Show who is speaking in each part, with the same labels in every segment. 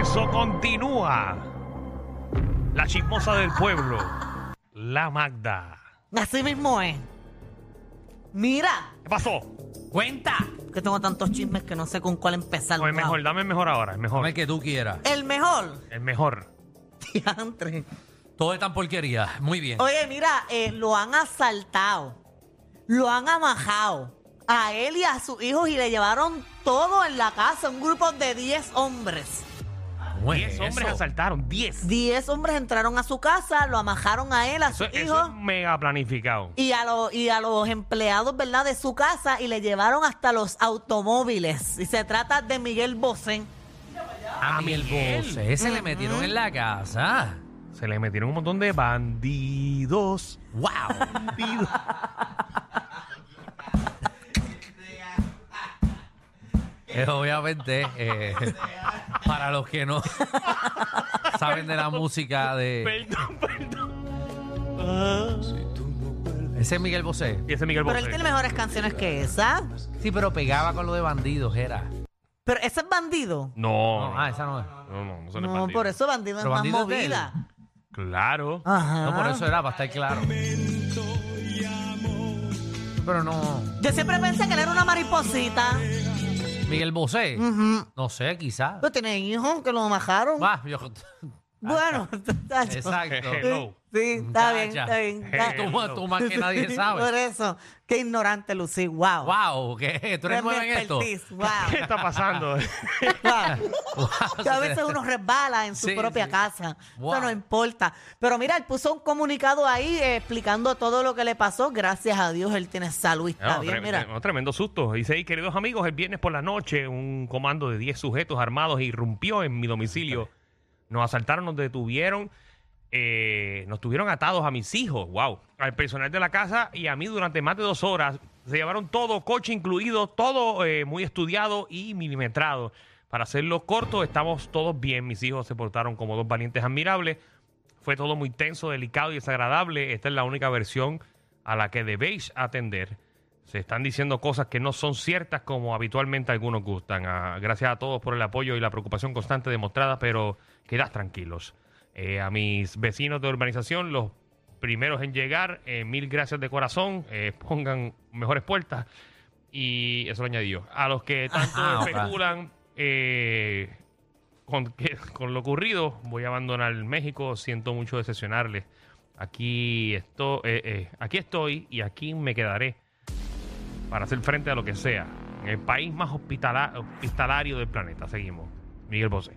Speaker 1: Eso continúa. La chismosa del pueblo, la Magda.
Speaker 2: Así mismo es. Mira,
Speaker 1: ¿Qué pasó?
Speaker 3: Cuenta.
Speaker 2: que tengo tantos chismes que no sé con cuál empezar.
Speaker 1: No, es
Speaker 2: wow.
Speaker 1: mejor, dame el mejor ahora, el
Speaker 3: Dame
Speaker 1: mejor.
Speaker 3: el que tú quieras.
Speaker 2: El mejor.
Speaker 1: El mejor.
Speaker 2: Diantre.
Speaker 3: Todo es tan porquería. Muy bien.
Speaker 2: Oye, mira, eh, lo han asaltado. Lo han amajado. A él y a sus hijos y le llevaron todo en la casa. Un grupo de 10 hombres.
Speaker 3: ¿Cómo es
Speaker 1: 10 hombres
Speaker 3: Pues, eso?
Speaker 1: asaltaron, 10.
Speaker 2: 10 hombres entraron a su casa, lo amajaron a él, a
Speaker 1: Eso,
Speaker 2: sus
Speaker 1: eso
Speaker 2: hijos.
Speaker 1: es mega planificado.
Speaker 2: Y a, los, y a los empleados, ¿verdad?, de su casa y le llevaron hasta los automóviles. Y se trata de Miguel Bosén.
Speaker 3: A mi el
Speaker 1: Miguel.
Speaker 3: Bosé se le metieron en la casa.
Speaker 1: Se le metieron un montón de bandidos.
Speaker 3: ¡Wow!
Speaker 1: Bandidos.
Speaker 3: Eh, obviamente, eh, para los que no saben de la música de...
Speaker 1: perdón, perdón.
Speaker 3: Ese es Miguel Bosé.
Speaker 1: Y ese es Miguel
Speaker 2: Pero
Speaker 1: Bosé.
Speaker 2: él tiene mejores canciones que esa.
Speaker 3: Sí, pero pegaba con lo de bandidos, era.
Speaker 2: Pero ese es bandido.
Speaker 1: No,
Speaker 3: No,
Speaker 1: no,
Speaker 3: ah, esa no es.
Speaker 1: no, no, no son
Speaker 2: No,
Speaker 1: bandidos.
Speaker 2: por eso Ah, bandido es
Speaker 3: Pero
Speaker 2: más
Speaker 3: Bandido es de él.
Speaker 2: movida.
Speaker 1: Claro.
Speaker 2: Ajá.
Speaker 3: No, por eso era, para estar claro. Pero no...
Speaker 2: Yo siempre pensé que él era una mariposita.
Speaker 3: Miguel Bosé.
Speaker 2: Ujú.
Speaker 3: No sé, quizás.
Speaker 2: Pero tiene hijos que lo majaron.
Speaker 3: Va, yo...
Speaker 2: Bueno, tacho.
Speaker 3: Exacto.
Speaker 2: Sí,
Speaker 1: Hello.
Speaker 2: Sí, está bien,
Speaker 3: Muchacha.
Speaker 2: está bien. está-
Speaker 3: Tú, más- tú más que nadie
Speaker 2: Por
Speaker 3: sabe.
Speaker 2: eso, qué ignorante, Lucy. Wow.
Speaker 3: Wow, ¿qué? ¿Tú eres nueva en esto?
Speaker 2: Wow.
Speaker 1: ¿Qué está pasando?
Speaker 2: wow.
Speaker 3: Wow,
Speaker 2: Que a
Speaker 3: se te-
Speaker 2: veces uno resbala en su
Speaker 3: Sí,
Speaker 2: propia
Speaker 3: sí.
Speaker 2: casa.
Speaker 3: Wow.
Speaker 2: Eso no importa. Pero mira, él puso un comunicado ahí eh, explicando todo lo que le pasó. Gracias a Dios, él tiene salud y está
Speaker 1: No,
Speaker 2: bien.
Speaker 1: tre-
Speaker 2: Mira.
Speaker 1: tre- no, tremendo susto. Dice ahí, queridos amigos, el viernes por la noche un comando de 10 sujetos armados irrumpió en mi domicilio. Nos asaltaron, nos detuvieron, eh, nos tuvieron atados a mis hijos, wow, al personal de la casa y a mí durante más de dos horas. Se llevaron todo, coche incluido, todo eh, muy estudiado y milimetrado. Para hacerlo corto, estamos todos bien. Mis hijos se portaron como dos valientes admirables. Fue todo muy tenso, delicado y desagradable. Esta es la única versión a la que debéis atender. Se están diciendo cosas que no son ciertas como habitualmente algunos gustan. Ah, gracias a todos por el apoyo y la preocupación constante demostrada, pero quedad tranquilos. Eh, a mis vecinos de urbanización, los primeros en llegar, eh, mil gracias de corazón. Eh, pongan mejores puertas. Y eso lo añadió. A los que tanto
Speaker 3: Ajá, ojalá.
Speaker 1: especulan eh, con, que- con lo ocurrido, voy a abandonar México. Siento mucho decepcionarles. Aquí, esto, eh, eh, aquí estoy y aquí me quedaré para hacer frente a lo que sea. En el país más hospitala- hospitalario del planeta. Seguimos. Miguel Bosé.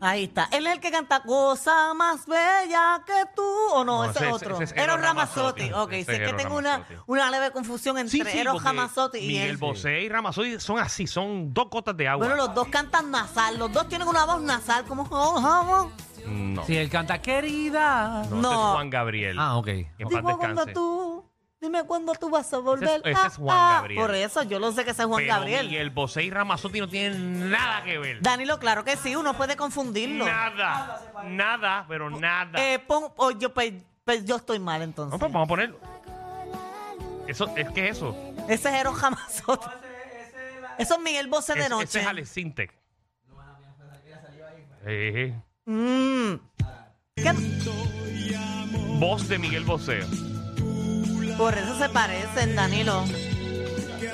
Speaker 2: Ahí está. Él es el que canta Cosa más bella que tú. O
Speaker 1: No,
Speaker 2: no, ese,
Speaker 1: ese-
Speaker 2: es otro.
Speaker 1: ese es
Speaker 2: Eros
Speaker 1: Eros Ramazzotti.
Speaker 2: Ramazzotti. Ok,
Speaker 1: Ese es
Speaker 2: si es que
Speaker 1: Eros
Speaker 2: tengo una,
Speaker 1: Ramazzotti.
Speaker 2: una leve confusión entre Eros
Speaker 1: porque
Speaker 2: Ramazzotti y
Speaker 1: Miguel
Speaker 2: él.
Speaker 1: Bosé ah, y Ramazotti son así, son dos gotas de agua.
Speaker 2: Bueno, los dos cantan nasal. Los dos tienen una voz nasal. "Oh, ¿Cómo? ¿Cómo?
Speaker 1: No,
Speaker 3: Si él canta querida.
Speaker 1: no, ese es
Speaker 2: no.
Speaker 1: Juan Gabriel.
Speaker 3: Ah, ok.
Speaker 1: Que en paz
Speaker 2: Dime cuándo
Speaker 1: descanse.
Speaker 2: tú. Dime cuándo tú vas a volver.
Speaker 1: ese es Juan
Speaker 2: Ah, ah.
Speaker 1: Gabriel.
Speaker 2: Por eso yo lo sé que ese es Juan
Speaker 1: Pero
Speaker 2: Gabriel.
Speaker 1: Miguel Bosé y Ramazotti no tienen nada que ver.
Speaker 2: Danilo, claro que sí, uno puede confundirlo.
Speaker 1: Nada, nada, pero nada.
Speaker 2: Eh, pon- oh, yo, pues, pues yo estoy mal entonces.
Speaker 1: No, pues vamos a poner. Eso, es que es eso.
Speaker 2: Ese es Eros Ramazzotti. Eso es Miguel Bosé de
Speaker 1: Es-
Speaker 2: noche.
Speaker 1: Ese es Alex Sintek. Eh,
Speaker 2: Mm. ¿Qué-
Speaker 1: voz de Miguel Bosé.
Speaker 2: Por eso se parecen, Danilo.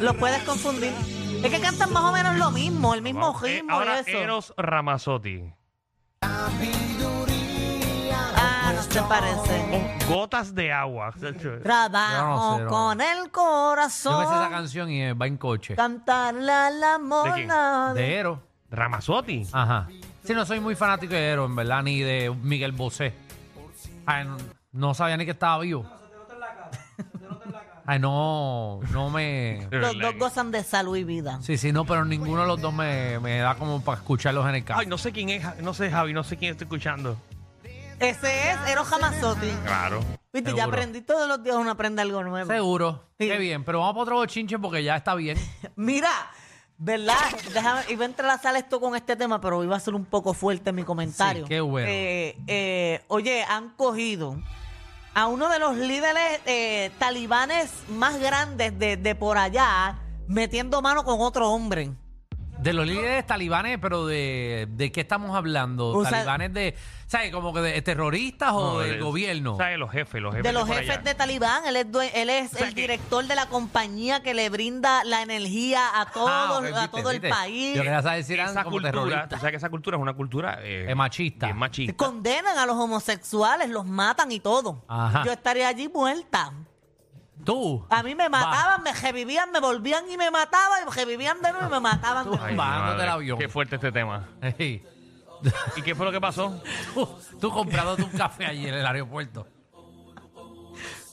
Speaker 2: Los puedes confundir. Es que cantan más o menos lo mismo, el mismo
Speaker 1: Vamos, eh,
Speaker 2: ritmo
Speaker 1: ahora
Speaker 2: y eso.
Speaker 1: Eros Ramazotti.
Speaker 2: Ah, no se parecen.
Speaker 1: Con gotas de agua.
Speaker 2: Trabajo
Speaker 3: Yo no sé, no.
Speaker 2: con el
Speaker 3: Yo me sé esa
Speaker 2: corazón.
Speaker 3: canción y eh, va en coche.
Speaker 2: Cantarle al amor.
Speaker 1: ¿De quién?
Speaker 2: nada.
Speaker 3: De Ero.
Speaker 1: Ramazotti.
Speaker 3: Ajá. Sí, no soy muy fanático de Ero, en verdad, ni de Miguel Bosé. Ay, no, no sabía ni que estaba vivo. Ay, no, no me...
Speaker 2: Los dos gozan de salud y vida.
Speaker 3: Sí, sí, no, pero ninguno de los dos me, me da como para escucharlos en el
Speaker 1: Ay,
Speaker 3: carro.
Speaker 1: no sé quién es, Ja- no sé Javi, no sé quién estoy escuchando.
Speaker 2: Ese es Eros Hamazotti.
Speaker 1: Claro.
Speaker 2: Viste, ya
Speaker 3: Seguro.
Speaker 2: aprendí todos los días uno aprende algo nuevo.
Speaker 3: Seguro.
Speaker 2: Sí.
Speaker 3: Qué bien, pero vamos para otro bochinche porque ya está bien.
Speaker 2: Mira, ¿verdad? Déjame, iba a entrelazar esto con este tema, pero iba a ser un poco fuerte mi comentario.
Speaker 3: Sí, qué bueno.
Speaker 2: Eh, eh, oye, han cogido a uno de los líderes eh, talibanes más grandes de, de por allá metiendo mano con otro hombre.
Speaker 3: De los líderes talibanes, pero de, de qué estamos hablando?
Speaker 2: O sea-
Speaker 3: ¿Talibanes de, ¿sabes? Como que de eh, terroristas o
Speaker 1: No,
Speaker 3: del
Speaker 1: de-
Speaker 3: gobierno?
Speaker 1: ¿Sabes? Los jefes, los jefes.
Speaker 2: De los
Speaker 1: por
Speaker 2: jefes
Speaker 1: allá.
Speaker 2: de Talibán, él es, due- él es
Speaker 1: O sea
Speaker 2: el
Speaker 1: que-
Speaker 2: director de la compañía que le brinda la energía a todo,
Speaker 3: Ah, ok,
Speaker 2: a
Speaker 3: viste,
Speaker 2: todo el
Speaker 3: viste.
Speaker 2: país.
Speaker 3: Yo quería saber si eran
Speaker 1: Esa
Speaker 3: como
Speaker 1: cultura, tú
Speaker 3: terroristas.
Speaker 1: sabes que esa cultura es una cultura... eh,
Speaker 3: Es machista.
Speaker 1: bien machista.
Speaker 2: Condenan a los homosexuales, los matan y todo.
Speaker 3: Ajá.
Speaker 2: Yo estaría allí muerta.
Speaker 3: Tú.
Speaker 2: A mí me mataban, me revivían, me volvían y me mataban, y me revivían de nuevo y me mataban. de
Speaker 3: Tú-
Speaker 2: nuevo.
Speaker 1: mi
Speaker 3: bajándote
Speaker 1: madre,
Speaker 3: del avión.
Speaker 1: Qué fuerte este tema.
Speaker 3: Ey,
Speaker 1: ¿Y qué fue lo que pasó?
Speaker 3: tú, tú comprándote un café allí en el aeropuerto.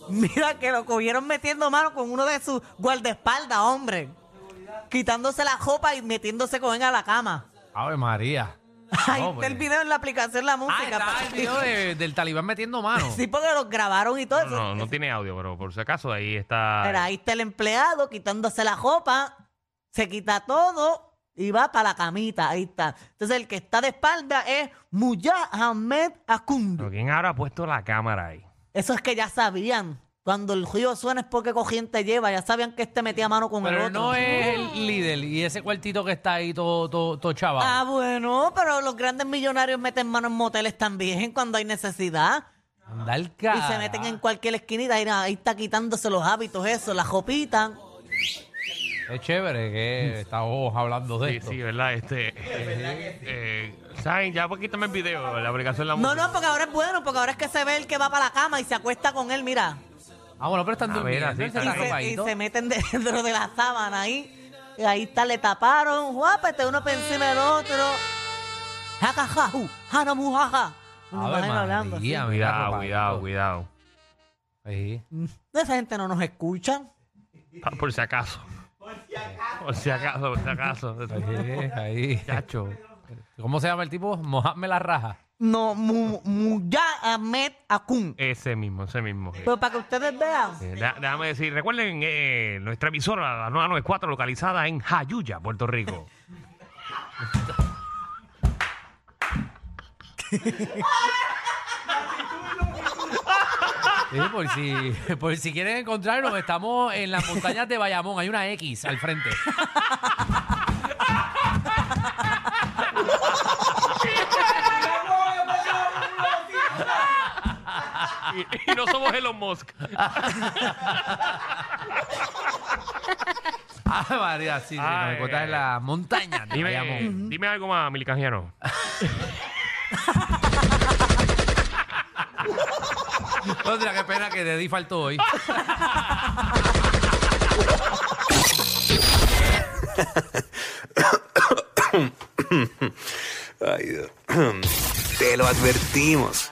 Speaker 2: Mira que lo cogieron metiendo mano con uno de sus guardaespaldas, hombre. Quitándose la ropa y metiéndose con él a la cama.
Speaker 3: Ave María.
Speaker 2: Ahí
Speaker 3: No,
Speaker 2: está el
Speaker 3: pues.
Speaker 2: video en la aplicación La Música.
Speaker 3: Ah, está el video de- del talibán metiendo mano.
Speaker 2: Sí, porque los grabaron y todo eso.
Speaker 1: No, no tiene audio, pero por si acaso ahí está...
Speaker 2: Pero ahí está el empleado quitándose la ropa, se quita todo y va para la camita. Ahí está. Entonces el que está de espalda es Mujahamed
Speaker 1: Pero
Speaker 2: Akundu.
Speaker 1: ¿Quién ahora ha puesto la cámara ahí?
Speaker 2: Eso es que ya sabían. Cuando el río suena es porque corriente lleva. Ya sabían que este metía mano con el
Speaker 3: Pero
Speaker 2: otro.
Speaker 3: no es el líder y ese cuartito que está ahí todo, todo, todo chaval.
Speaker 2: Ah, bueno, pero los grandes millonarios meten mano en moteles también cuando hay necesidad.
Speaker 3: Anda al
Speaker 2: Y se
Speaker 3: cara.
Speaker 2: meten en cualquier esquinita. Mira, ahí está quitándose los hábitos, eso, la jopita.
Speaker 3: Es chévere que estamos hablando de
Speaker 1: Sí,
Speaker 3: esto.
Speaker 1: sí, ¿verdad? Este, eh, eh, ¿Saben? Ya pues quítame el video, la aplicación la
Speaker 2: No,
Speaker 1: música.
Speaker 2: no, porque ahora es bueno, porque ahora es que se ve el que va para la cama y se acuesta con él, mira.
Speaker 3: Ah, bueno, pero están
Speaker 1: A ver,
Speaker 3: durmiendo.
Speaker 1: así
Speaker 3: ese
Speaker 1: está
Speaker 2: Y
Speaker 1: la
Speaker 3: tarro
Speaker 2: se, y
Speaker 3: caído.
Speaker 2: se meten dentro de la sábana ahí. Y ahí está, le taparon. Guapete, uno por encima del otro. Jacajaju, janamujaja. Me
Speaker 3: Ave
Speaker 2: imagino hablando así.
Speaker 3: María, mira,
Speaker 1: Ah, Cuidado, cuidado,
Speaker 3: arropado.
Speaker 1: cuidado.
Speaker 3: Sí.
Speaker 2: Mm. Esa gente no nos escucha.
Speaker 1: Ah, Por si acaso. Por si acaso, por si acaso.
Speaker 3: Ahí, ahí.
Speaker 1: Chacho.
Speaker 3: ¿Cómo se llama el tipo? Mohamed la raja.
Speaker 2: No, mu, mu- ya Ahmed Akun.
Speaker 1: Ese mismo, ese mismo. Eh,
Speaker 2: Pero para que ustedes vean.
Speaker 1: eh, da- Déjame decir, recuerden eh, nuestra emisora, la 994, localizada en Jayuya, Puerto Rico.
Speaker 3: Sí, por si, por si quieren encontrarnos, estamos en las montañas de Bayamón. Hay una X al frente.
Speaker 1: Y, y no somos Elon Musk.
Speaker 3: Ah, María, sí, sí,
Speaker 1: Ay,
Speaker 3: nos encuentras en
Speaker 1: ay,
Speaker 3: las montañas de
Speaker 1: Dime,
Speaker 3: Bayamón.
Speaker 1: dime algo más, Milicangiano.
Speaker 3: Otra, qué pena que te di faltó hoy.
Speaker 4: Ay, Dios. Te lo advertimos.